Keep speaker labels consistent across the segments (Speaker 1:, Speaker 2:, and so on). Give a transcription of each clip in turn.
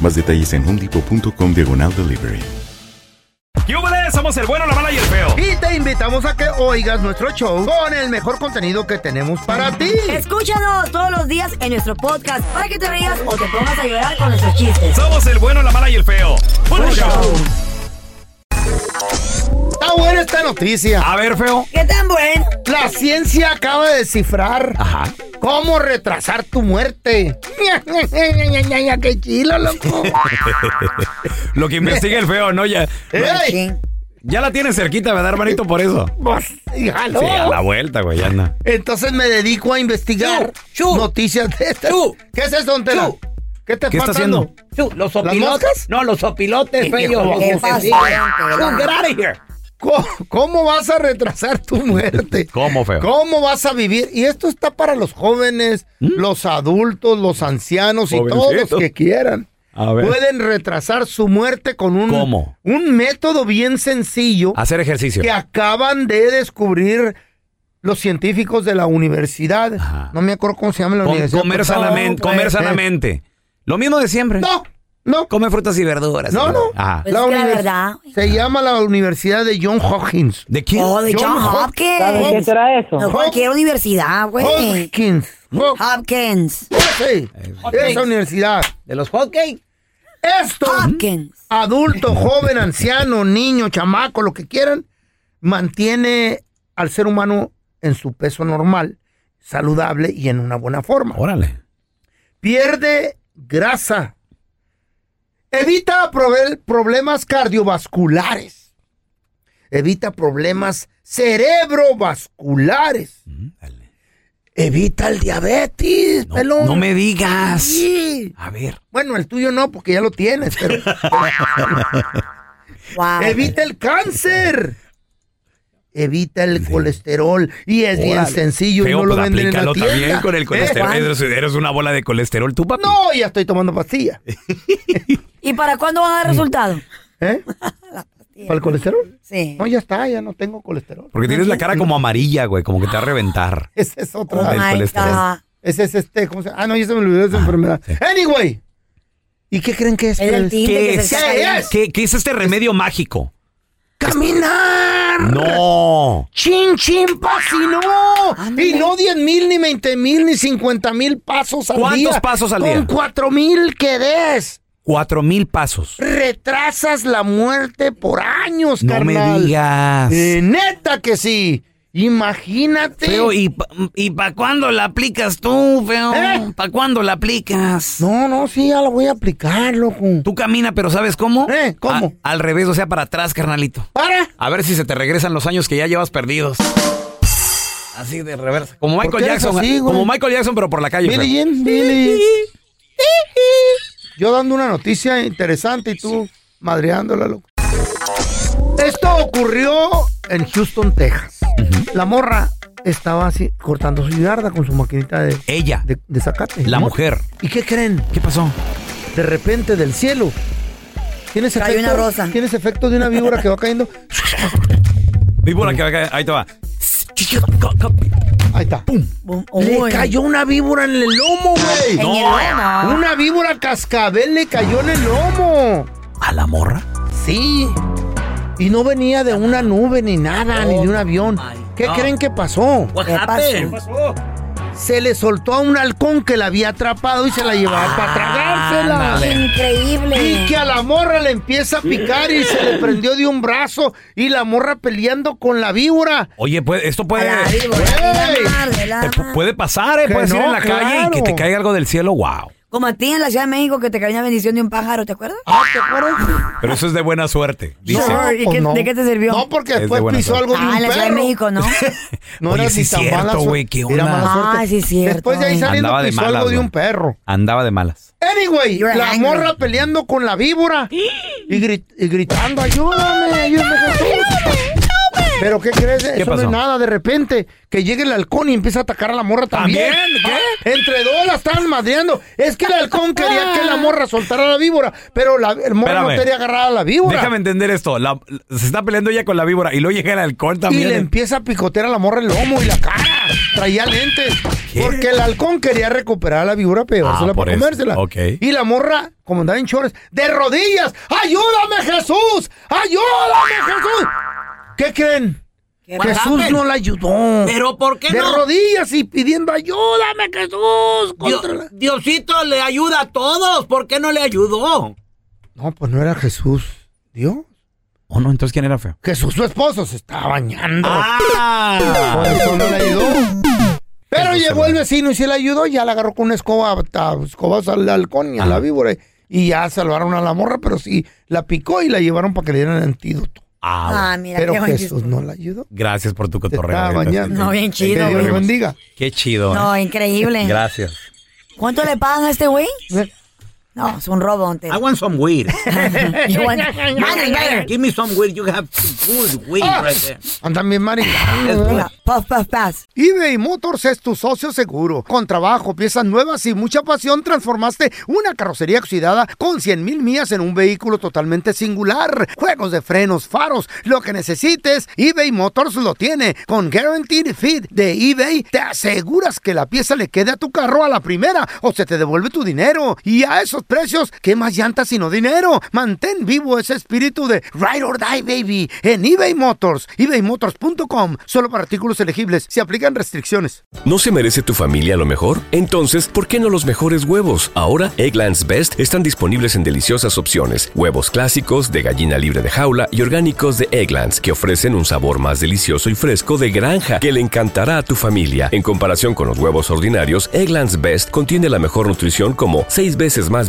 Speaker 1: Más detalles en homedepot.com diagonal delivery.
Speaker 2: ¡Yúbales! Somos el bueno, la mala y el feo.
Speaker 3: Y te invitamos a que oigas nuestro show con el mejor contenido que tenemos para ti.
Speaker 4: Escúchanos todos los días en nuestro podcast para que te rías o te pongas a llorar con nuestros chistes.
Speaker 2: Somos el bueno, la mala y el feo. ¡Bueno show!
Speaker 3: Está buena esta noticia.
Speaker 2: A ver, feo.
Speaker 4: ¿Qué tan buen?
Speaker 3: La ciencia acaba de descifrar
Speaker 2: Ajá.
Speaker 3: cómo retrasar tu muerte. ¡Qué chilo, loco!
Speaker 2: Lo que investiga el feo, ¿no? Ya,
Speaker 3: ¡Ey!
Speaker 2: ya la tienes cerquita, ¿verdad, hermanito? Por eso.
Speaker 3: Pues, híjalo.
Speaker 2: Sí, a la vuelta, güey, ya anda.
Speaker 3: Entonces me dedico a investigar
Speaker 5: Chu, chu.
Speaker 3: noticias de estas.
Speaker 5: Chu.
Speaker 3: ¿Qué es eso, Antela?
Speaker 5: Chu.
Speaker 3: ¿Qué te
Speaker 2: ¿Qué
Speaker 3: está
Speaker 2: está haciendo?
Speaker 5: Chu, los
Speaker 3: moscas?
Speaker 5: sopilotes. No, los sopilotes, feo.
Speaker 4: ¿qué
Speaker 5: los
Speaker 4: pasa?
Speaker 5: que sí. Chu, get out of here.
Speaker 3: ¿Cómo, cómo vas a retrasar tu muerte?
Speaker 2: ¿Cómo, feo?
Speaker 3: ¿Cómo vas a vivir? Y esto está para los jóvenes, los adultos, los ancianos y todos los
Speaker 2: ¿Mm? Jovencitos.
Speaker 3: que quieran.
Speaker 2: A ver.
Speaker 3: Pueden retrasar su muerte con un,
Speaker 2: ¿Cómo?
Speaker 3: un método bien sencillo
Speaker 2: Hacer ejercicio.
Speaker 3: que acaban de descubrir los científicos de la universidad.
Speaker 2: Ajá.
Speaker 3: No me acuerdo cómo se llama la
Speaker 2: Com-
Speaker 3: universidad.
Speaker 2: comer
Speaker 3: por favor.
Speaker 2: sanamente. comer
Speaker 3: Eh,
Speaker 2: sanamente. Lo mismo de siempre.
Speaker 3: No, no,
Speaker 2: Come frutas y verduras. Ah.
Speaker 3: no, no.
Speaker 2: Ajá.
Speaker 4: Pues es que la
Speaker 3: univers-
Speaker 4: verdad.
Speaker 3: Se llama la Universidad de John Hopkins.
Speaker 2: ¿De quién?
Speaker 4: Oh, de
Speaker 3: John
Speaker 4: John Hopkins.
Speaker 3: ¿Sabes qué
Speaker 6: será eso?
Speaker 4: No cualquier universidad, güey. Ah.
Speaker 3: Hopkins. Hop-
Speaker 4: Hopkins.
Speaker 3: Sí, esa universidad.
Speaker 5: De los hotcakes.
Speaker 3: Esto,
Speaker 4: Ah, Hopkins.
Speaker 3: adulto, joven, anciano, niño, chamaco, lo que quieran, mantiene al ser humano en su peso normal, saludable y en una buena forma.
Speaker 2: Órale.
Speaker 3: Pierde grasa. Evita prove- problemas cardiovasculares. Evita problemas cerebrovasculares. Evita el diabetes,
Speaker 2: Mm, No,
Speaker 3: pelón.
Speaker 2: no me digas.
Speaker 3: Sí.
Speaker 2: A ver.
Speaker 3: Bueno, el tuyo no, porque ya lo tienes, pero
Speaker 4: Wow.
Speaker 2: Ah,
Speaker 3: evita el cáncer. Evita el colesterol. Y es bien
Speaker 2: Órale.
Speaker 3: sencillo y
Speaker 2: Feo,
Speaker 3: no lo
Speaker 2: pues
Speaker 3: venden en la
Speaker 2: aplícalo
Speaker 3: tienda.
Speaker 2: también con el
Speaker 3: ¿Eh?
Speaker 2: colesterol.
Speaker 3: Juan?
Speaker 2: Eres, eres una bola de colesterol, tú, papi.
Speaker 3: No, ya estoy tomando pastillas.
Speaker 4: ¿Y para cuándo van a dar resultado?
Speaker 3: ¿Eh? ¿Para el colesterol?
Speaker 4: Sí.
Speaker 3: No, ya está, ya no tengo colesterol.
Speaker 2: Porque tienes la cara como amarilla, güey, como que te va a reventar.
Speaker 3: Esa es
Speaker 4: Oh
Speaker 3: otra.
Speaker 2: Del
Speaker 4: my
Speaker 2: colesterol.
Speaker 4: God.
Speaker 3: Ese es este, ¿cómo se Ah, no, ya se me olvidó esa enfermedad. Anyway. ¿Y qué creen que es?
Speaker 4: Es el
Speaker 3: Félix?
Speaker 4: tinte que
Speaker 2: ¿Qué
Speaker 4: se está
Speaker 3: es?
Speaker 4: cayendo.
Speaker 2: ¿Qué, qué es este remedio mágico?
Speaker 3: ¡Caminar!
Speaker 2: No.
Speaker 3: ¡Chin, chin, pasi, no! Y no 10 mil, ni 20 mil, ni 50 mil pasos al
Speaker 2: ¿Cuántos
Speaker 3: día.
Speaker 2: pasos al
Speaker 3: Con
Speaker 2: día?
Speaker 3: 4 mil que des.
Speaker 2: Cuatro mil pasos.
Speaker 3: Retrasas la muerte por años,
Speaker 2: No me
Speaker 3: carnal.
Speaker 2: digas.
Speaker 3: Eh, neta que sí. Imagínate.
Speaker 2: Feo, ¿y, pa- y para cuándo la aplicas tú, feo?
Speaker 3: ¿Eh?
Speaker 2: ¿Para cuándo la aplicas?
Speaker 3: No, no, sí, ya la voy a aplicar, loco.
Speaker 2: Tú camina, pero ¿sabes cómo?
Speaker 3: ¿Eh? ¿Cómo?
Speaker 2: A- al revés, o sea, para atrás, carnalito.
Speaker 3: Para.
Speaker 2: A ver si se te regresan los años que ya llevas perdidos. Así de reversa. Como
Speaker 3: ¿Por
Speaker 2: Michael
Speaker 3: qué eres
Speaker 2: Jackson.
Speaker 3: así, güey?
Speaker 2: como Michael Jackson, pero por la calle.
Speaker 3: Billie
Speaker 2: feo.
Speaker 3: Jean, Billie. Yo dando una noticia interesante y tú madreándola, loco. Esto ocurrió en Houston, Texas. La morra estaba así cortando su yarda con su maquinita de,
Speaker 2: Ella,
Speaker 3: de, de zacate.
Speaker 2: la
Speaker 3: ¿no?
Speaker 2: mujer.
Speaker 3: ¿Y qué creen?
Speaker 2: ¿Qué pasó?
Speaker 3: De repente del cielo ¿Tienes
Speaker 4: Cayó
Speaker 3: efecto,
Speaker 4: una rosa.
Speaker 3: ¿Tienes efecto de una víbora que va cayendo?
Speaker 2: Víbora que va a caer. Ahí te va.
Speaker 3: Ahí está. ¡Pum!
Speaker 4: Bum, oh,
Speaker 3: Le
Speaker 4: bueno.
Speaker 3: cayó una víbora en el lomo, güey.
Speaker 4: En el lomo.
Speaker 3: Una víbora cascabel le cayó en el lomo.
Speaker 2: ¿A la morra?
Speaker 3: Sí. Y no venía de una nube ni nada, ni de un avión. ¿Qué creen que pasó?
Speaker 4: ¿Qué pasó?
Speaker 3: Se le soltó a un halcón que la había atrapado y se la llevaba para tragársela. Y
Speaker 4: Increíble.
Speaker 3: que a la morra le empieza a picar y se le prendió de un brazo y la morra peleando con la víbora.
Speaker 2: Oye, pues, esto
Speaker 4: A
Speaker 2: puede.
Speaker 4: la víbora,
Speaker 3: Ey.
Speaker 4: la madre, la
Speaker 2: te pu- puede pasar, ¿eh?
Speaker 3: Que
Speaker 2: Puedes ir
Speaker 3: no,
Speaker 2: en la calle y que te
Speaker 3: claro.
Speaker 2: caiga algo del cielo, wow.
Speaker 4: Como a ti en la Ciudad de México que te cayó una bendición de un pájaro, ¿te acuerdas?
Speaker 3: Ah, ¿te acuerdas?
Speaker 2: Pero eso es de buena suerte. Dice.
Speaker 4: No. ¿y
Speaker 3: pues
Speaker 4: qué- de qué te sirvió?
Speaker 3: No, porque
Speaker 2: Es de
Speaker 3: después
Speaker 2: buena
Speaker 3: pisó
Speaker 2: suerte.
Speaker 3: algo de pues, un
Speaker 4: Ah, en la Ciudad de
Speaker 3: perro.
Speaker 4: México, ¿no?
Speaker 3: No
Speaker 2: Oye,
Speaker 3: era
Speaker 2: sí
Speaker 3: ni
Speaker 2: es
Speaker 3: tan
Speaker 2: cierto,
Speaker 3: mala
Speaker 2: güey,
Speaker 3: suerte.
Speaker 2: ¿qué
Speaker 3: Era
Speaker 2: onda?
Speaker 3: mala suerte.
Speaker 4: Ah, sí es cierto.
Speaker 3: Después de ahí saliendo
Speaker 2: Andaba de
Speaker 3: pisó
Speaker 2: malas,
Speaker 3: algo de
Speaker 2: güey.
Speaker 3: un perro.
Speaker 2: Andaba de malas.
Speaker 3: Anyway,
Speaker 4: You're
Speaker 3: la
Speaker 4: angry.
Speaker 3: morra peleando con la víbora y, gri- y gritando, ayúdame, ayúdame. Jesús". Pero ¿qué crees? Eso no
Speaker 2: pasó?
Speaker 3: es nada, de repente, que llegue el halcón y empieza a atacar a la morra también.
Speaker 2: ¿También?
Speaker 3: ¿Qué? Entre dos la estaban madreando. Es que el halcón quería que la morra soltara a la víbora, pero la el morra
Speaker 2: Espérame.
Speaker 3: no quería agarrar a la víbora.
Speaker 2: Déjame entender esto. la- se está peleando ella con la víbora y luego llega el halcón
Speaker 3: Y
Speaker 2: también. ¿eh?
Speaker 3: le empieza a picotear a la morra el lomo y la cara. Traía lentes. Porque el halcón quería recuperar a la víbora, pegársela
Speaker 2: Ah, por
Speaker 3: para
Speaker 2: eso.
Speaker 3: comérsela.
Speaker 2: Ok.
Speaker 3: Y la morra, como andaba en chores, de rodillas. ¡Ayúdame, Jesús! ¡Ayúdame, Jesús! ¿Qué creen? Jesús no la ayudó.
Speaker 6: ¿Pero por qué
Speaker 3: de
Speaker 6: no?
Speaker 3: rodillas y pidiendo ayúdame, Jesús.
Speaker 6: Dio-
Speaker 3: contra la-".
Speaker 6: Diosito le ayuda a todos. ¿Por qué no le ayudó?
Speaker 3: No, pues no era Jesús. ¿Dios?
Speaker 2: Oh, no, entonces quién era feo.
Speaker 3: Jesús, su esposo, se estaba bañando. Por
Speaker 2: ¡Ah!
Speaker 3: eso no le ayudó. Pero
Speaker 2: Eso se
Speaker 3: llegó el
Speaker 2: va.
Speaker 3: vecino y sí le ayudó, ya la agarró con una escoba, a escobas al halcón y a la víbora. Y ya salvaron a la morra, pero sí la picó y la llevaron para que le dieran antídoto.
Speaker 2: Ah, bueno.
Speaker 4: Ah, mira, qué
Speaker 3: pero
Speaker 4: buen
Speaker 3: Jesús
Speaker 4: chiste.
Speaker 3: no la ayudó.
Speaker 2: Gracias por tu
Speaker 3: Se
Speaker 2: cotorreo.
Speaker 3: estaba
Speaker 2: neta.
Speaker 3: bañando.
Speaker 4: No, bien
Speaker 3: Que
Speaker 4: chido,
Speaker 3: Dios
Speaker 4: güey.
Speaker 3: le bendiga.
Speaker 2: Qué chido. ¿eh?
Speaker 4: No, increíble.
Speaker 2: Gracias.
Speaker 4: ¿Cuánto le pagan a este güey? No, es un robo, antes.
Speaker 6: I want some weed.
Speaker 4: You want- Man is better.
Speaker 6: Give me some weed. You have some good weed
Speaker 7: Ah.
Speaker 6: right there.
Speaker 3: Ah, Andan bien marihuanos, ¿verdad?
Speaker 4: Mira, Puff, puff, puff.
Speaker 3: eBay Motors es tu socio seguro. Con trabajo, piezas nuevas y mucha pasión, transformaste una carrocería oxidada con 100 mil millas en un vehículo totalmente singular. Juegos de frenos, faros, lo que necesites, eBay Motors lo tiene. Con Guaranteed Fit de eBay, te aseguras que la pieza le quede a tu carro a la primera o se te devuelve tu dinero. Y a esos precios, ¿qué más llantas sino dinero? Mantén vivo ese espíritu de Ride or Die, baby, en eBay Motors. ebaymotors.com. Solo para artículos elegibles. Se aplican restricciones.
Speaker 8: ¿No se merece tu familia lo mejor? Entonces, ¿por qué no los mejores huevos? Ahora, Egglands Best están disponibles en deliciosas opciones. Huevos clásicos, de gallina libre de jaula y orgánicos de Egglands, que ofrecen un sabor más delicioso y fresco de granja que le encantará a tu familia. En comparación con los huevos ordinarios, Egglands Best contiene la mejor nutrición como 6 veces más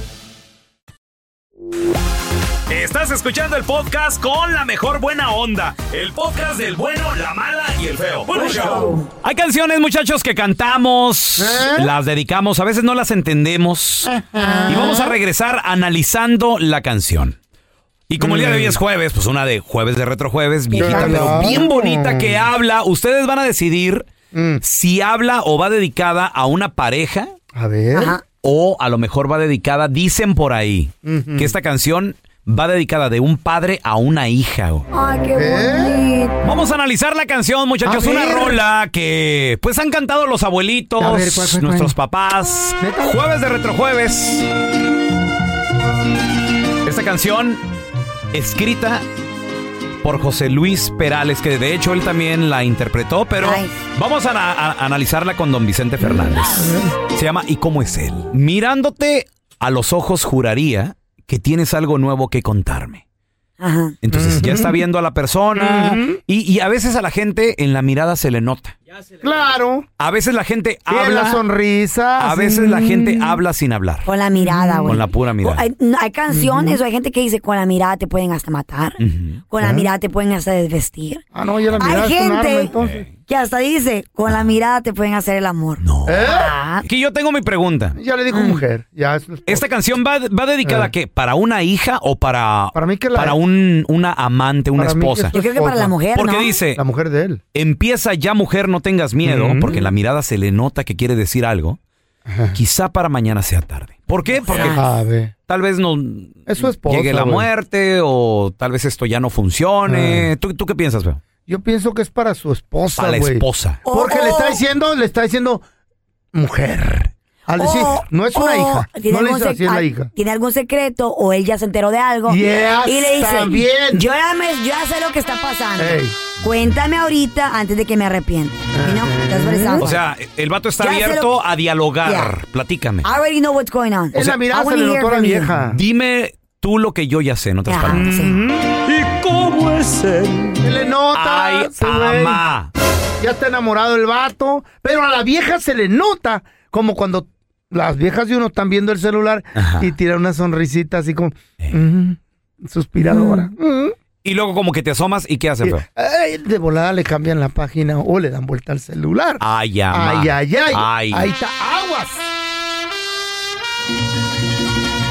Speaker 7: Estás escuchando el podcast con la mejor buena onda. El podcast del bueno, la mala y el feo. Bueno, show.
Speaker 2: Hay canciones, muchachos, que cantamos,
Speaker 3: ¿Eh?
Speaker 2: las dedicamos, a veces no las entendemos. Y vamos a regresar analizando la canción. Y como el día de
Speaker 7: Mm.
Speaker 2: hoy es jueves, pues una de jueves de retrojueves, viejita, pero
Speaker 3: Claro.
Speaker 2: bien bonita que
Speaker 7: Mm.
Speaker 2: habla. Ustedes van a decidir si habla o va dedicada a una pareja
Speaker 3: A ver.
Speaker 4: Ajá.
Speaker 2: o a lo mejor va dedicada, dicen por ahí, que esta canción va dedicada de un padre a una hija. güey.
Speaker 4: Ay, qué
Speaker 3: ¿Eh?
Speaker 4: bonito.
Speaker 2: Vamos a analizar la canción, muchachos.
Speaker 3: A
Speaker 2: Una
Speaker 3: ver.
Speaker 2: rola que pues han cantado los abuelitos,
Speaker 3: A ver, ¿cuál, cuál,
Speaker 2: nuestros papás.
Speaker 3: ¿Neta?
Speaker 2: Jueves de retrojueves. Esta canción escrita por José Luis Perales, que de hecho él también la interpretó, pero
Speaker 4: Ay.
Speaker 2: vamos a, na- a analizarla con don Vicente Fernández. Se llama ¿Y cómo es él? Mirándote a los ojos juraría que tienes algo nuevo que contarme.
Speaker 4: Ajá.
Speaker 2: Entonces ya está viendo a la persona y, y a veces a la gente en la mirada se le nota.
Speaker 9: Claro.
Speaker 2: A veces la gente
Speaker 9: Y en la
Speaker 2: habla,
Speaker 9: sonrisa.
Speaker 2: a
Speaker 9: sí.
Speaker 2: veces la gente habla sin hablar,
Speaker 4: Con la mirada, güey.
Speaker 2: con la pura mirada.
Speaker 4: Hay, no, hay canciones o hay gente que dice con la mirada te pueden hasta matar, con la mirada te pueden hasta desvestir.
Speaker 9: Ah, no, ya la mirada
Speaker 4: Hay
Speaker 9: es un arma,
Speaker 4: gente
Speaker 9: entonces.
Speaker 2: Eh.
Speaker 4: que hasta dice con la mirada te pueden hacer el amor.
Speaker 2: No.
Speaker 4: Ah,
Speaker 2: Aquí yo tengo mi pregunta.
Speaker 9: Ya le dijo mujer. Ya es-
Speaker 2: ¿Esta canción va, va dedicada a qué? ¿Para una hija o para,
Speaker 9: Para mí que la-
Speaker 2: para un, una amante, una
Speaker 9: Para mí que
Speaker 2: esposa?
Speaker 9: es-
Speaker 4: yo creo que para la mujer,
Speaker 2: Porque
Speaker 4: ¿no?
Speaker 2: dice,
Speaker 9: la mujer de él.
Speaker 2: empieza ya mujer, no tengas miedo, porque en la mirada se le nota que quiere decir algo. Quizá para mañana sea tarde. ¿Por qué? Porque
Speaker 9: Sabe.
Speaker 2: tal vez no
Speaker 9: Es su esposa,
Speaker 2: llegue la
Speaker 9: güey.
Speaker 2: muerte o tal vez esto ya no funcione. ¿Tú, tú qué piensas, Beo?
Speaker 9: Yo pienso que es para su esposa,
Speaker 2: Para la
Speaker 9: Ah. güey.
Speaker 2: esposa.
Speaker 9: Porque le está
Speaker 4: Oh.
Speaker 9: diciendo, le está diciendo mujer. Al
Speaker 4: O-
Speaker 9: decir, no es una
Speaker 4: o
Speaker 9: hija.
Speaker 4: tiene
Speaker 9: No le
Speaker 4: algún
Speaker 9: dice
Speaker 4: sec-
Speaker 9: así a la
Speaker 4: al-
Speaker 9: hija.
Speaker 4: Tiene algún secreto o él ya se enteró de algo.
Speaker 9: Yes,
Speaker 4: y le dice,
Speaker 9: también.
Speaker 4: Yo, ya me- yo ya sé lo que está pasando.
Speaker 9: Ey.
Speaker 4: Cuéntame ahorita antes de que me arrepienta. You know, that's what it sounds
Speaker 2: O sea, el vato está
Speaker 4: Ya se lo-
Speaker 2: abierto a dialogar.
Speaker 4: Ya.
Speaker 2: Platícame.
Speaker 4: like. I already know what's going on.
Speaker 9: En la mirada
Speaker 4: I
Speaker 9: se
Speaker 4: wanna
Speaker 9: le
Speaker 4: hear
Speaker 9: notó a la
Speaker 4: from you.
Speaker 9: vieja.
Speaker 2: Dime tú lo que yo ya sé, en otras
Speaker 4: Ajá,
Speaker 2: palabras.
Speaker 4: sí.
Speaker 9: Se le nota.
Speaker 2: Ay,
Speaker 9: se ve.
Speaker 2: ama.
Speaker 9: Ya está enamorado el vato. Pero a la vieja se le nota. Como cuando las viejas de uno están viendo el celular
Speaker 2: Ajá.
Speaker 9: y tiran una sonrisita así como. mm, suspiradora. Mm.
Speaker 2: Y luego como que te asomas y ¿qué hace, Beo?
Speaker 9: Ay, de volada le cambian la página o le dan vuelta al celular.
Speaker 2: Ay, ama.
Speaker 9: Ay, ay, ay.
Speaker 2: Ah, Ay.
Speaker 9: Ahí está. ¡Aguas!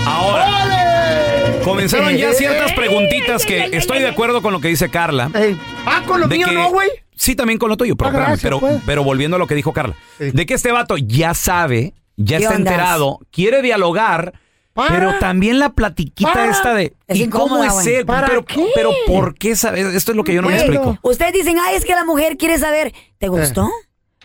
Speaker 2: Ahora,
Speaker 9: ¡Ole! ¡Eh!
Speaker 2: comenzaron ya ciertas preguntitas que estoy de acuerdo con lo que dice Carla.
Speaker 9: Ey, Ah, con lo
Speaker 2: de
Speaker 9: mío
Speaker 2: que-
Speaker 9: no, güey.
Speaker 2: Sí, también con lo tuyo, pero,
Speaker 9: Ah,
Speaker 2: espérame,
Speaker 9: gracias,
Speaker 2: pero,
Speaker 9: pues.
Speaker 2: pero volviendo a lo que dijo Carla.
Speaker 9: Sí.
Speaker 2: De que este vato ya sabe, ya
Speaker 4: ¿Qué
Speaker 2: está
Speaker 4: ondas?
Speaker 2: enterado, quiere dialogar,
Speaker 9: Para.
Speaker 2: pero también la platiquita
Speaker 9: Para.
Speaker 2: esta de
Speaker 4: Es
Speaker 2: ¿y cómo
Speaker 4: incómoda,
Speaker 2: es
Speaker 4: güey.
Speaker 2: él?
Speaker 9: ¿Para
Speaker 2: pero,
Speaker 9: qué?
Speaker 2: pero ¿por qué sabe? Esto es lo que yo no me
Speaker 4: Güey,
Speaker 2: explico.
Speaker 4: Ustedes dicen, ay, es que la mujer quiere saber,
Speaker 9: Eh.
Speaker 4: ¿te gustó?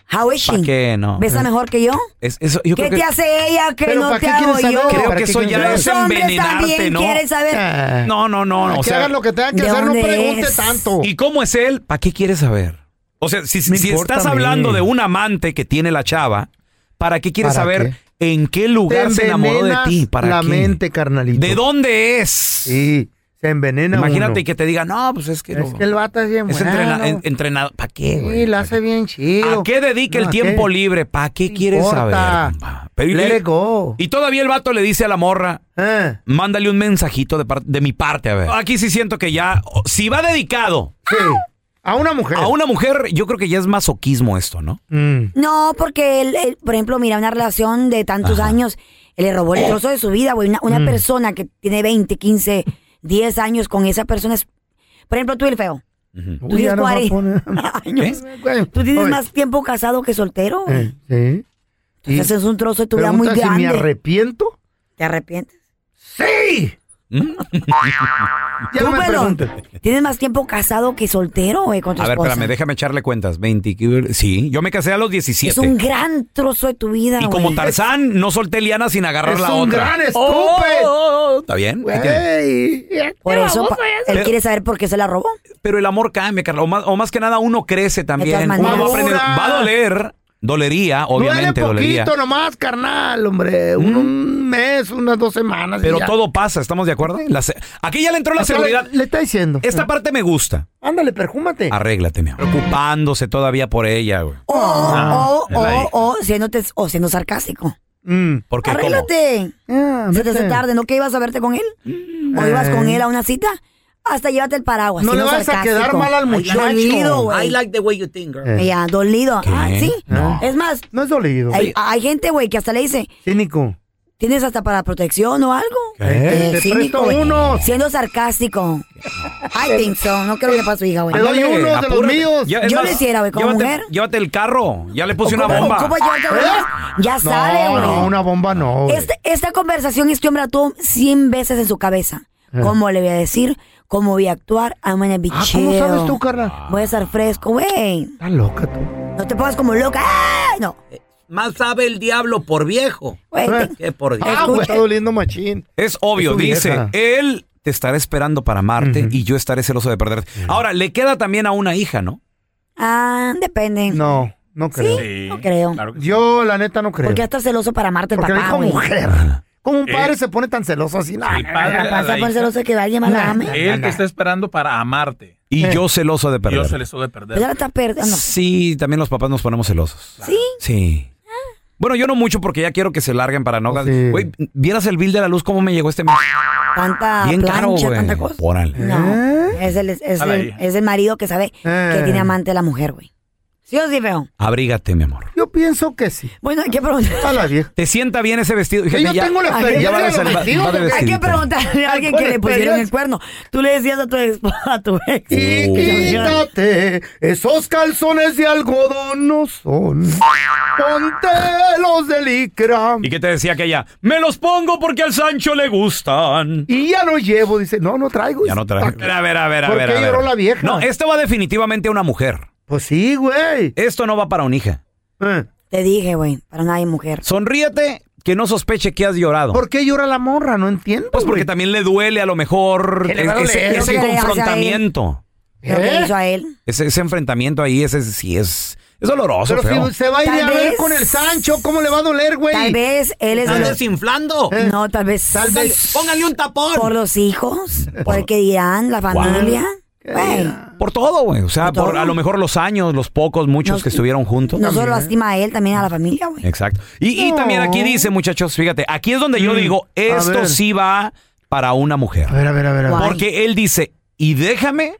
Speaker 4: How is she?
Speaker 2: ¿Para qué no?
Speaker 4: ¿Besa mejor que yo?
Speaker 2: Es- eso- yo
Speaker 4: ¿Qué
Speaker 2: creo
Speaker 4: te
Speaker 2: que,
Speaker 4: hace ella que
Speaker 9: Pero
Speaker 4: no
Speaker 9: ¿para
Speaker 4: te
Speaker 9: qué
Speaker 4: hago
Speaker 9: quieres saber?
Speaker 4: yo?
Speaker 2: creo
Speaker 9: ¿Para
Speaker 2: que
Speaker 9: qué
Speaker 2: eso
Speaker 9: quieren
Speaker 2: ya
Speaker 9: saber?
Speaker 2: es
Speaker 4: Los hombres
Speaker 2: envenenarte,
Speaker 4: también
Speaker 2: ¿no?
Speaker 4: quieren saber.
Speaker 9: Ah,
Speaker 2: No, no, no, no.
Speaker 9: que
Speaker 2: O sea,
Speaker 9: hagan lo que tengan que
Speaker 4: ¿de
Speaker 9: hacer, no
Speaker 4: dónde
Speaker 9: pregunte
Speaker 4: es?
Speaker 9: tanto.
Speaker 2: ¿Y cómo es él? ¿Para qué quieres saber? O sea, si,
Speaker 9: Me
Speaker 2: si
Speaker 9: importa
Speaker 2: estás
Speaker 9: a mí.
Speaker 2: hablando de un amante que tiene la chava, ¿para qué quieres
Speaker 9: ¿Para
Speaker 2: saber en qué
Speaker 9: Te
Speaker 2: lugar se enamoró de
Speaker 9: envenenas
Speaker 2: ti? ¿Para
Speaker 9: la
Speaker 2: qué?
Speaker 9: mente, carnalito.
Speaker 2: ¿De dónde es?
Speaker 9: Sí, se envenena
Speaker 2: Imagínate
Speaker 9: uno.
Speaker 2: que te diga, no, pues es que
Speaker 9: Es
Speaker 2: no.
Speaker 9: que el vato es bien
Speaker 2: Es
Speaker 9: bueno.
Speaker 2: entrenado. entrenado. ¿Para qué, güey?
Speaker 9: Sí, lo hace bien chido.
Speaker 2: ¿A qué dedica
Speaker 9: No,
Speaker 2: el
Speaker 9: ¿a
Speaker 2: tiempo
Speaker 9: qué?
Speaker 2: libre? ¿Para qué quieres
Speaker 9: importa.
Speaker 2: saber? compa? Pero y,
Speaker 9: Let
Speaker 2: le-
Speaker 9: it go.
Speaker 2: y todavía el vato le dice a la morra,
Speaker 9: Ah,
Speaker 2: mándale un mensajito de, par- de mi parte, a ver. Aquí sí siento que ya, o- si va dedicado
Speaker 9: sí. A una mujer.
Speaker 2: a una mujer, yo creo que ya es masoquismo esto, ¿no?
Speaker 9: Mm.
Speaker 4: No, porque él, él, por ejemplo, mira, una relación de tantos años, él le robó el trozo de su vida, güey. Una, una persona que tiene 20, 15, 10 años con esa persona es. Por ejemplo, tú, el feo. Tú
Speaker 9: Uy,
Speaker 4: tienes
Speaker 9: ya no va a
Speaker 4: 40
Speaker 9: poner-
Speaker 2: ¿Eh?
Speaker 4: años.
Speaker 9: Güey,
Speaker 4: Tú tienes
Speaker 9: oye,
Speaker 4: más tiempo casado que soltero.
Speaker 9: eh, sí. Y
Speaker 4: Entonces es un trozo de tu vida muy
Speaker 9: pregunta si me
Speaker 4: grande.
Speaker 9: arrepiento.
Speaker 4: ¿Te arrepientes?
Speaker 9: ¡Sí! ya no
Speaker 4: Tú,
Speaker 9: me
Speaker 4: Pelón,
Speaker 9: preguntes.
Speaker 4: Tienes más tiempo casado que soltero, güey, con tu
Speaker 2: A ver,
Speaker 4: esposa.
Speaker 2: espérame, déjame echarle cuentas. 20, que- sí, yo me casé a los 17.
Speaker 4: Es un gran trozo de tu vida,
Speaker 2: y
Speaker 4: güey.
Speaker 2: como Tarzán, no solté liana sin agarrar
Speaker 9: Es
Speaker 2: la
Speaker 9: un
Speaker 2: otra.
Speaker 9: gran estúpido.
Speaker 2: Oh, oh, oh, Está bien. ¿qué tiene?
Speaker 9: Güey.
Speaker 4: Por eso, pa- él
Speaker 2: Pero-
Speaker 4: quiere saber por qué se la robó.
Speaker 2: Pero el amor cambia, Carla. O más, o más que nada, uno crece
Speaker 4: De
Speaker 2: también.
Speaker 4: todas
Speaker 2: Uno va
Speaker 4: maneras.
Speaker 2: aprendiendo. Va a doler. Dolería, obviamente
Speaker 9: Duele
Speaker 2: dolería. Mm.
Speaker 9: poquito nomás, carnal, hombre. Un, un mes, unas dos semanas. y
Speaker 2: Pero
Speaker 9: ya.
Speaker 2: todo pasa, ¿estamos de acuerdo? La se- Aquí ya le entró la
Speaker 9: Acá
Speaker 2: seguridad.
Speaker 9: Le, le está diciendo.
Speaker 2: Esta parte me gusta.
Speaker 9: Ándale, perjúmate.
Speaker 2: Arréglate, mi amor. Preocupándose todavía por ella, güey.
Speaker 4: O, o,
Speaker 2: es la hija.
Speaker 4: o, o, siéndote, o siendo sarcástico.
Speaker 9: Mm.
Speaker 2: Porque como-
Speaker 4: Arréglate.
Speaker 9: Ah,
Speaker 4: Se te hace
Speaker 9: vete.
Speaker 4: tarde, ¿no? Que ibas a verte con él. O ibas con él a una cita. Hasta llévate el paraguas.
Speaker 9: Eh. No le
Speaker 4: siendo
Speaker 9: vas a
Speaker 4: sarcástico.
Speaker 9: quedar mal al muchacho.
Speaker 4: Dolido,
Speaker 8: I
Speaker 4: güey.
Speaker 8: like the way you think, girl.
Speaker 9: Eh,
Speaker 4: Ya, dolido.
Speaker 2: ¿Qué?
Speaker 4: Ah, sí.
Speaker 2: No.
Speaker 4: Es más,
Speaker 9: No es dolido.
Speaker 4: hay, hay gente, güey, que hasta le dice,
Speaker 9: Cínico.
Speaker 4: ¿tienes hasta para protección o algo? Eh,
Speaker 9: ¿Qué? Te presto
Speaker 4: güey.
Speaker 9: unos.
Speaker 4: Siendo sarcástico. I think so. No creo que le pase a su hija, güey.
Speaker 9: Te doy
Speaker 2: Ándale,
Speaker 9: uno de los
Speaker 2: apúrate.
Speaker 9: míos.
Speaker 2: Ya, es
Speaker 4: Yo lo
Speaker 2: más,
Speaker 4: hiciera, güey, como
Speaker 2: llévate-
Speaker 4: mujer.
Speaker 2: Llévate el carro. Ya le puse una
Speaker 4: ¿Cómo-
Speaker 2: bomba.
Speaker 4: cómo llevarte a
Speaker 9: ¿Eh?
Speaker 4: una- Ya
Speaker 9: No,
Speaker 4: sabe, güey.
Speaker 9: no, una bomba no. güey.
Speaker 4: Este- esta conversación este hombre la tuvo 100 veces en su cabeza. ¿Cómo le voy a decir? ¿Cómo voy a actuar? I'm gonna be
Speaker 9: Eh. Ah, ¿cómo
Speaker 4: chill.
Speaker 9: sabes tú, carnal?
Speaker 4: Voy a estar fresco, güey.
Speaker 9: Estás loca tú.
Speaker 4: No te pongas como loca. ¡Ah! No.
Speaker 8: Más sabe el diablo por viejo
Speaker 4: Güey,
Speaker 9: Eh.
Speaker 4: te-
Speaker 8: que por diablo.
Speaker 9: Ah, güey,
Speaker 4: Escucha.
Speaker 9: está doliendo machín.
Speaker 2: Es obvio,
Speaker 9: Es tu
Speaker 2: dice,
Speaker 9: vieja.
Speaker 2: él te estará esperando para amarte y yo estaré celoso de perderte. Ahora, le queda también a una hija, ¿no?
Speaker 4: Ah, depende. No,
Speaker 9: No, no creo.
Speaker 4: creo.
Speaker 10: Claro que sí.
Speaker 9: Yo, la neta, no creo.
Speaker 4: Porque ya estás celoso para amarte el
Speaker 9: Porque le
Speaker 4: papá,
Speaker 9: dijo
Speaker 4: güey.
Speaker 9: mujer. ¿Cómo un
Speaker 11: Eh.
Speaker 9: padre se pone tan celoso así? No,
Speaker 11: El padre de la
Speaker 4: Pasa por
Speaker 11: hija.
Speaker 4: celoso que alguien más la ame.
Speaker 11: Él te está esperando para amarte.
Speaker 2: Y yo celoso de
Speaker 11: Yo
Speaker 2: perder.
Speaker 11: se les de
Speaker 4: Pero ya
Speaker 11: perder.
Speaker 4: la está perdiendo. No.
Speaker 2: Sí, también los papás nos ponemos celosos.
Speaker 4: Sí.
Speaker 2: Sí. Bueno, yo no mucho porque ya quiero que se larguen para no...
Speaker 9: Oh, sí.
Speaker 2: Güey, vieras el bill de la luz cómo me llegó este mes.
Speaker 4: Tanta
Speaker 2: Bien
Speaker 4: Ah, plancha,
Speaker 2: caro, güey.
Speaker 4: tanta cosa.
Speaker 2: Órale.
Speaker 4: No. Es el, es,
Speaker 11: Dale
Speaker 4: el,
Speaker 11: ahí.
Speaker 4: es el marido que sabe
Speaker 9: Eh.
Speaker 4: que tiene amante la mujer, güey. ¿Sí o sí, feo?
Speaker 2: Abrígate, mi amor.
Speaker 9: Yo pienso que sí.
Speaker 4: Bueno, hay que preguntar.
Speaker 9: A la vieja.
Speaker 2: ¿Te sienta bien ese vestido?
Speaker 9: Que yo
Speaker 2: Fíjate, ya-
Speaker 9: tengo la
Speaker 4: ya
Speaker 9: experiencia
Speaker 4: van a
Speaker 9: de los
Speaker 2: sal- va-
Speaker 9: vestidos,
Speaker 2: va de
Speaker 9: ¿ok?
Speaker 4: Hay que
Speaker 2: Vestidito.
Speaker 4: preguntarle a alguien
Speaker 9: ¿Cuál
Speaker 4: que le pusieron
Speaker 9: experiencia?
Speaker 4: el cuerno. Tú le decías a tu, ex, a tu
Speaker 11: Oh.
Speaker 4: ex.
Speaker 9: Y quítate esos calzones de algodón no son. Ponte los de licra.
Speaker 2: ¿Y qué te decía aquella? Me los pongo porque al Sancho le gustan.
Speaker 9: Y ya no llevo, dice. No, no traigo.
Speaker 2: Ya no traje. A ver, a ver, a ver. a
Speaker 9: ¿Por
Speaker 2: ver,
Speaker 9: qué
Speaker 2: a ver.
Speaker 9: lloró la vieja?
Speaker 2: No, esto va definitivamente a una mujer.
Speaker 9: Pues sí, güey.
Speaker 2: Esto no va para un hija.
Speaker 9: Eh,
Speaker 4: Te dije, güey, para nadie mujer.
Speaker 2: Sonríete que no sospeche que has llorado.
Speaker 9: ¿Por qué llora la morra? No entiendo.
Speaker 2: Pues porque
Speaker 9: güey.
Speaker 2: también le duele a lo mejor
Speaker 9: ¿Qué le va a
Speaker 2: ese,
Speaker 9: doler?
Speaker 2: ese
Speaker 4: Lo que le hace a él.
Speaker 2: confrontamiento.
Speaker 4: Lo que
Speaker 9: ¿Eh?
Speaker 4: hizo a él.
Speaker 2: Ese, ese enfrentamiento ahí, ese sí es, es doloroso,
Speaker 9: Pero
Speaker 2: feo.
Speaker 9: si se va a ir
Speaker 4: Tal
Speaker 9: a ver
Speaker 4: vez-
Speaker 9: con el Sancho, ¿cómo le va a doler, güey?
Speaker 4: Tal vez él es.
Speaker 12: ¿Están desinflando?
Speaker 4: No, tal vez.
Speaker 9: eh, Tal vez.
Speaker 12: Póngale un tapón.
Speaker 4: Por los hijos, por el que dirán, la familia. Güey,
Speaker 2: Por todo, güey. O sea,
Speaker 4: Por
Speaker 2: por
Speaker 4: todo.
Speaker 2: a lo mejor los años, los pocos, muchos
Speaker 4: No,
Speaker 2: que estuvieron juntos.
Speaker 4: no solo lastima a él, también a la familia, güey.
Speaker 2: Exacto. Y, y también aquí dice, muchachos, fíjate, aquí es donde yo digo, esto
Speaker 9: Mm. ver.
Speaker 2: sí va para una mujer.
Speaker 9: A ver, a ver, a ver. a ver.
Speaker 4: Guau.
Speaker 2: Porque él dice, y déjame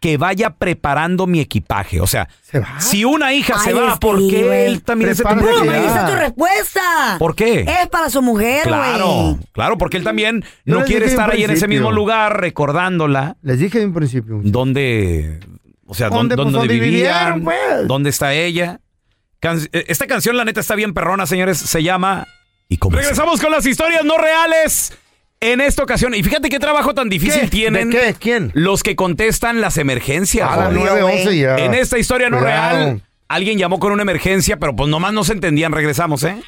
Speaker 2: que vaya preparando mi equipaje. O sea,
Speaker 9: ¿Se va?
Speaker 2: si una hija se
Speaker 4: Ay,
Speaker 2: va,
Speaker 4: este
Speaker 2: ¿por qué
Speaker 4: güey.
Speaker 2: él también se
Speaker 9: Prepárate
Speaker 4: ¡Pum!
Speaker 9: que
Speaker 4: Ahí
Speaker 9: ya.
Speaker 4: está tu respuesta.
Speaker 2: ¿Por qué?
Speaker 4: Es para su mujer, güey.
Speaker 2: Claro, claro, porque él también
Speaker 9: Yo
Speaker 2: no
Speaker 9: les
Speaker 2: quiere
Speaker 9: dije en
Speaker 2: estar ahí en ese
Speaker 9: principio.
Speaker 2: mismo lugar recordándola
Speaker 9: Les dije en principio.
Speaker 2: dónde, o sea, dónde,
Speaker 9: ¿Dónde, pues,
Speaker 2: dónde,
Speaker 9: dónde
Speaker 2: vivían,
Speaker 9: vivieron, pues?
Speaker 2: dónde está ella. Can- eh, esta canción, la neta, está bien perrona, señores. Se llama... ¿Y Regresamos con las historias no reales en esta ocasión. Y fíjate qué trabajo tan difícil
Speaker 9: ¿Qué?
Speaker 2: tienen
Speaker 9: ¿De qué? ¿eh? ¿Quién?
Speaker 2: los que contestan las emergencias.
Speaker 9: A las
Speaker 2: güey.
Speaker 9: 9.11 ya.
Speaker 2: En esta historia no
Speaker 9: Cuidado.
Speaker 2: real, alguien llamó con una emergencia, pero pues nomás no se entendían. Regresamos, ¿eh?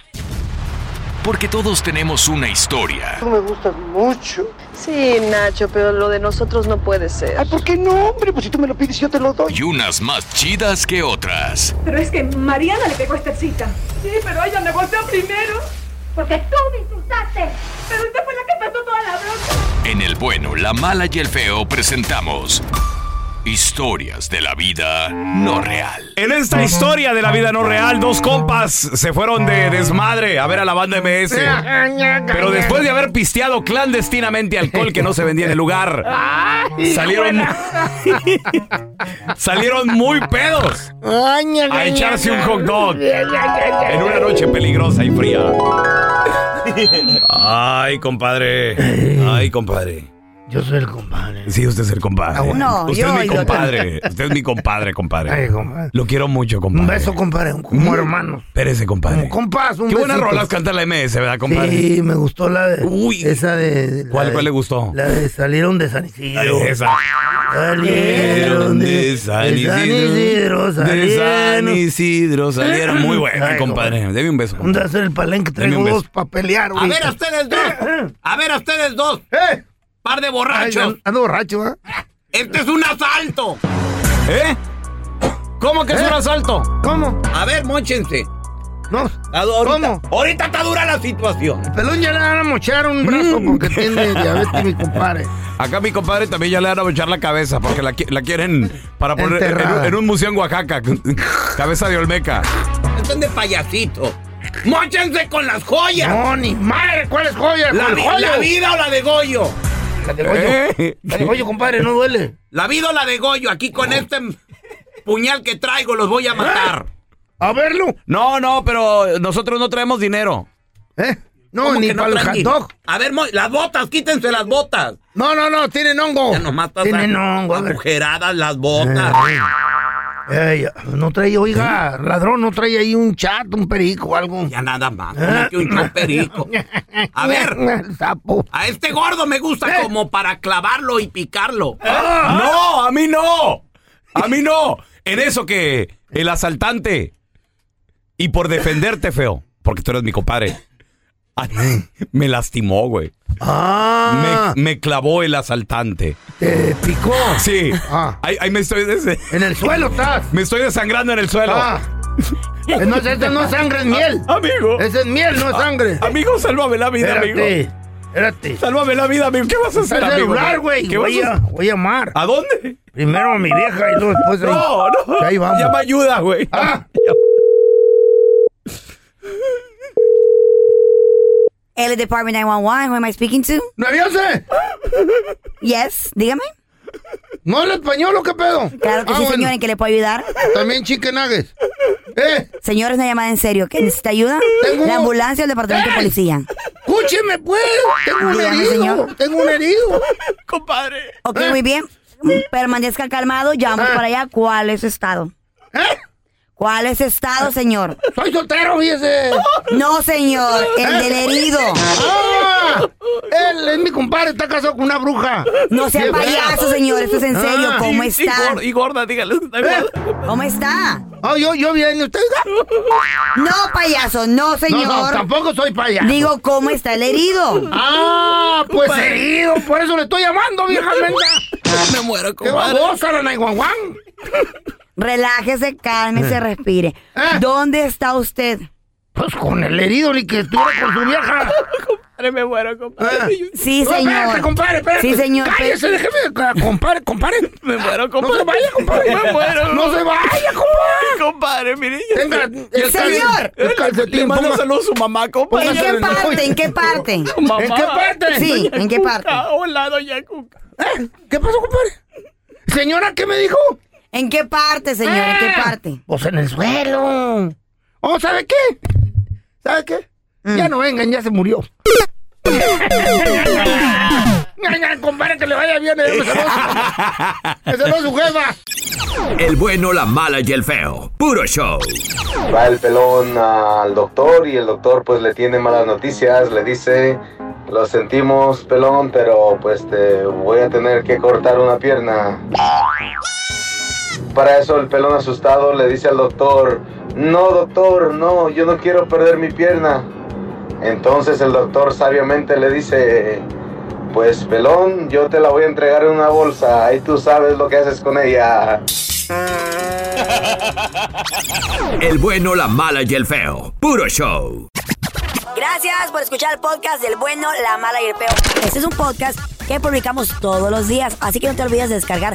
Speaker 8: Porque todos tenemos una historia.
Speaker 13: Tú me gustas mucho.
Speaker 14: Sí, Nacho, pero lo de nosotros no puede ser.
Speaker 13: Ay, ¿por qué no, hombre? Pues si tú me lo pides, yo te lo doy.
Speaker 8: Y unas más chidas que otras.
Speaker 14: Pero es que Mariana le pegó esta cita. Sí, pero ella me golpeó primero. Porque tú me insultaste. Pero usted fue la que pasó toda la bronca.
Speaker 8: En El Bueno, La Mala y El Feo presentamos Historias de la Vida No Real.
Speaker 2: En esta historia de la vida no real, dos compas se fueron de desmadre a ver a la banda MS. Pero después de haber pisteado clandestinamente alcohol que no se vendía en el lugar, salieron, salieron muy pedos a echarse un hot dog en una noche peligrosa y fría. Ay, compadre. Ay, compadre.
Speaker 9: Yo soy el compadre.
Speaker 2: Sí, usted es el
Speaker 9: Ah,
Speaker 2: compadre.
Speaker 4: No,
Speaker 2: usted
Speaker 4: yo-
Speaker 2: es mi
Speaker 4: yo-
Speaker 2: compadre. Usted es mi compadre,
Speaker 9: Ay,
Speaker 2: compadre.
Speaker 9: compadre.
Speaker 2: Lo quiero mucho,
Speaker 9: Un
Speaker 2: compadre.
Speaker 9: beso, compadre. Como hermanos.
Speaker 2: Espérese, compadre.
Speaker 9: Como compas. Un
Speaker 2: Mm. Qué buenas
Speaker 9: besito.
Speaker 2: rolas canta la MS, ¿verdad, compadre?
Speaker 9: Sí, me gustó la de.
Speaker 2: Uy.
Speaker 9: Esa de. de- la
Speaker 2: ¿Cuál,
Speaker 9: de-
Speaker 2: cuál le gustó?
Speaker 9: La de salieron de San Isidro.
Speaker 2: Esa.
Speaker 9: Salieron de San Isidro.
Speaker 2: De San
Speaker 9: salieron.
Speaker 2: Isidro. Salieron muy buenas,
Speaker 9: Ay,
Speaker 2: compadre. Deme un beso.
Speaker 9: Un de hacer el palenque
Speaker 2: Deme un
Speaker 9: traigo
Speaker 2: beso.
Speaker 9: dos para pelear,
Speaker 12: A ver
Speaker 9: ahorita.
Speaker 12: a ustedes dos. A ver a ustedes dos.
Speaker 9: ¡Eh!
Speaker 12: Par de
Speaker 9: Ay,
Speaker 12: borrachos.
Speaker 9: ando- ando borracho, ¿ah?
Speaker 12: Este es un asalto. ¿Eh?
Speaker 2: ¿Eh? ¿Cómo que es un asalto?
Speaker 9: ¿Cómo?
Speaker 12: A ver, monchense.
Speaker 9: No.
Speaker 12: Ahorita,
Speaker 9: ¿Cómo?
Speaker 12: Ahorita está dura la situación.
Speaker 9: Pelón ya le van a mochar un brazo
Speaker 12: Mm.
Speaker 9: porque tiene diabetes, mi compadre.
Speaker 2: Acá mi compadre también ya le van a echar la cabeza porque la, qui- la quieren para poner en,
Speaker 9: Enterrada.
Speaker 2: un- en un museo en Oaxaca. Cabeza de Olmeca.
Speaker 12: Están de payasito. Móchense con las joyas.
Speaker 9: No, ni madre, ¿cuáles joyas?
Speaker 12: La,
Speaker 9: ¿Cuál
Speaker 12: vi-
Speaker 9: joyo?
Speaker 12: la vida o la de Goyo.
Speaker 9: La de Goyo.
Speaker 2: ¿Eh?
Speaker 9: La de Goyo, compadre, no duele.
Speaker 12: La vida o la de Goyo. Aquí con este puñal que traigo los voy a matar.
Speaker 9: A verlo.
Speaker 2: No, no, pero nosotros no traemos dinero.
Speaker 9: ¿Eh? No,
Speaker 12: ¿Cómo
Speaker 9: ni
Speaker 12: que
Speaker 9: para el
Speaker 12: traen
Speaker 9: hot
Speaker 12: ni-
Speaker 9: dog.
Speaker 12: A ver, mo- las botas, quítense las botas.
Speaker 9: No, no, no, tienen hongo.
Speaker 12: Ya nomás estás
Speaker 9: tienen
Speaker 12: a-
Speaker 9: hongo. a ver.
Speaker 12: agujeradas las botas.
Speaker 9: Ey, no trae, oiga, ladrón, no trae ahí un chat, un perico o algo.
Speaker 12: Ya nada más. como que un choperico. A ver.
Speaker 9: El sapo.
Speaker 12: A este gordo me gusta
Speaker 9: ¿Eh?
Speaker 12: como para clavarlo y picarlo.
Speaker 9: Ah.
Speaker 2: No, a mí no. A mí no. En eso que el asaltante y por defenderte feo, porque tú eres mi compadre. a- Me lastimó, güey.
Speaker 9: Ah,
Speaker 2: Me, me clavó el asaltante.
Speaker 9: te picó.
Speaker 2: Sí.
Speaker 9: Ah.
Speaker 2: Ahí, ahí me estoy des-
Speaker 9: En el suelo estás.
Speaker 2: me estoy desangrando en el suelo.
Speaker 9: Ah, Eh, No, es- ese no es sangre, es miel.
Speaker 2: Amigo.
Speaker 9: Ese es miel, no es
Speaker 2: Ah,
Speaker 9: sangre.
Speaker 2: amigo, sálvame la vida,
Speaker 9: Espérate,
Speaker 2: amigo.
Speaker 9: Espérate.
Speaker 2: Sálvame la vida, amigo. ¿Qué vas a hacer,
Speaker 9: Al
Speaker 2: amigo?
Speaker 9: celular, güey.
Speaker 2: ¿Qué
Speaker 9: Voy,
Speaker 2: vas a-
Speaker 9: a- voy a llamar.
Speaker 2: ¿A dónde?
Speaker 9: Primero a mi vieja y luego después ahí.
Speaker 2: No, no.
Speaker 9: Que ahí vamos. Ah.
Speaker 2: Ya me ayuda, güey.
Speaker 4: LA Department 911, who am I speaking to?
Speaker 9: ¡Nerviose!
Speaker 4: Yes, dígame.
Speaker 9: ¿No habla español o qué pedo?
Speaker 4: Claro que
Speaker 9: Ah,
Speaker 4: sí,
Speaker 9: bueno.
Speaker 4: señor, ¿en qué le puedo ayudar?
Speaker 9: También chicken nuggets. ¡Eh!
Speaker 4: Señor, es una llamada en serio. ¿Qué necesita ayuda?
Speaker 9: Tengo- Eh.
Speaker 4: La ambulancia o el departamento de policía.
Speaker 9: ¡Escúcheme, pues! Tengo un
Speaker 4: Dígame,
Speaker 9: herido.
Speaker 4: señor.
Speaker 9: Tengo un herido.
Speaker 2: Compadre.
Speaker 4: Ok,
Speaker 9: Eh.
Speaker 4: muy bien. Permanezca calmado, llamo
Speaker 9: Ah.
Speaker 4: para allá. ¿Cuál es su estado? ¿Cuál es su estado, señor?
Speaker 9: ¿Eh? Soy soltero, fíjese.
Speaker 4: No, señor, el del herido.
Speaker 9: ¡Ah! Él es mi compadre, está casado con una bruja.
Speaker 4: No sea
Speaker 9: Qué
Speaker 4: payaso,
Speaker 9: feo.
Speaker 4: señor, esto es en serio.
Speaker 9: Ah.
Speaker 4: ¿Cómo
Speaker 2: Y- y
Speaker 4: está?
Speaker 2: gor- Y gorda, dígale. está
Speaker 9: Eh.
Speaker 2: gorda.
Speaker 4: ¿Cómo está?
Speaker 9: Ah, yo, yo bien, ¿y usted?
Speaker 4: No, payaso, no,
Speaker 9: No, no,
Speaker 4: señor.
Speaker 9: tampoco soy payaso.
Speaker 4: Digo, ¿cómo está el herido?
Speaker 9: Ah, pues
Speaker 2: Compadre.
Speaker 9: herido, por eso le estoy llamando, vieja menda.
Speaker 2: Me muero,
Speaker 9: ¡Qué
Speaker 2: compadre.
Speaker 9: babosa la naiguanguán!
Speaker 4: Relájese,
Speaker 9: Eh.
Speaker 4: cálmese, respire.
Speaker 9: Ah.
Speaker 4: ¿Dónde está usted?
Speaker 9: Pues con el herido ni que estuviera con su vieja.
Speaker 2: Compadre, me muero, compadre.
Speaker 9: Eh.
Speaker 4: Sí,
Speaker 9: No, espérate,
Speaker 4: señor.
Speaker 9: compadre, espérate.
Speaker 4: Sí, señor.
Speaker 9: Cállese, déjeme, compadre, compadre.
Speaker 2: Me muero,
Speaker 9: No
Speaker 2: compadre.
Speaker 9: se vaya, compadre.
Speaker 2: Me muero.
Speaker 9: No se vaya, compadre.
Speaker 2: Compadre, mire. ya
Speaker 9: Tenga
Speaker 2: sé.
Speaker 9: el
Speaker 4: señor.
Speaker 9: calcetín, El
Speaker 2: Le
Speaker 9: calcetín,
Speaker 2: mando
Speaker 9: ponga-
Speaker 2: saludos a su mamá, compadre.
Speaker 4: ¿En qué parte? ¿En qué parte?
Speaker 2: Su mamá.
Speaker 9: ¿En qué parte?
Speaker 4: Sí, ¿en qué parte?
Speaker 2: Cuca, Hola, doña Cuca.
Speaker 9: ¿Eh? ¿Qué pasó, compadre? Señora, ¿qué me dijo?
Speaker 4: ¿En qué parte, señor? ¿En qué
Speaker 9: Ah,
Speaker 4: parte?
Speaker 9: Pues en el suelo. ¿Oh, sabe qué? ¿Sabe qué? Ya no vengan, ya se murió. Ña, ña, compadre, que le vaya bien. eh, Me saludó su- me saludó su jefa.
Speaker 15: El bueno, la mala y el feo. Puro show.
Speaker 16: va el pelón al doctor y el doctor pues le tiene malas noticias, le dice, lo sentimos pelón, pero pues te voy a tener que cortar una pierna. Para eso el pelón asustado le dice al doctor, no doctor, no, yo no quiero perder mi pierna. Entonces el doctor sabiamente le dice, pues pelón, yo te la voy a entregar en una bolsa, ahí tú sabes lo que haces con ella.
Speaker 15: El bueno, la mala y el feo. Puro show.
Speaker 4: Gracias por escuchar el podcast del bueno, la mala y el peo. Este es un podcast que publicamos todos los días, así que no te olvides de descargar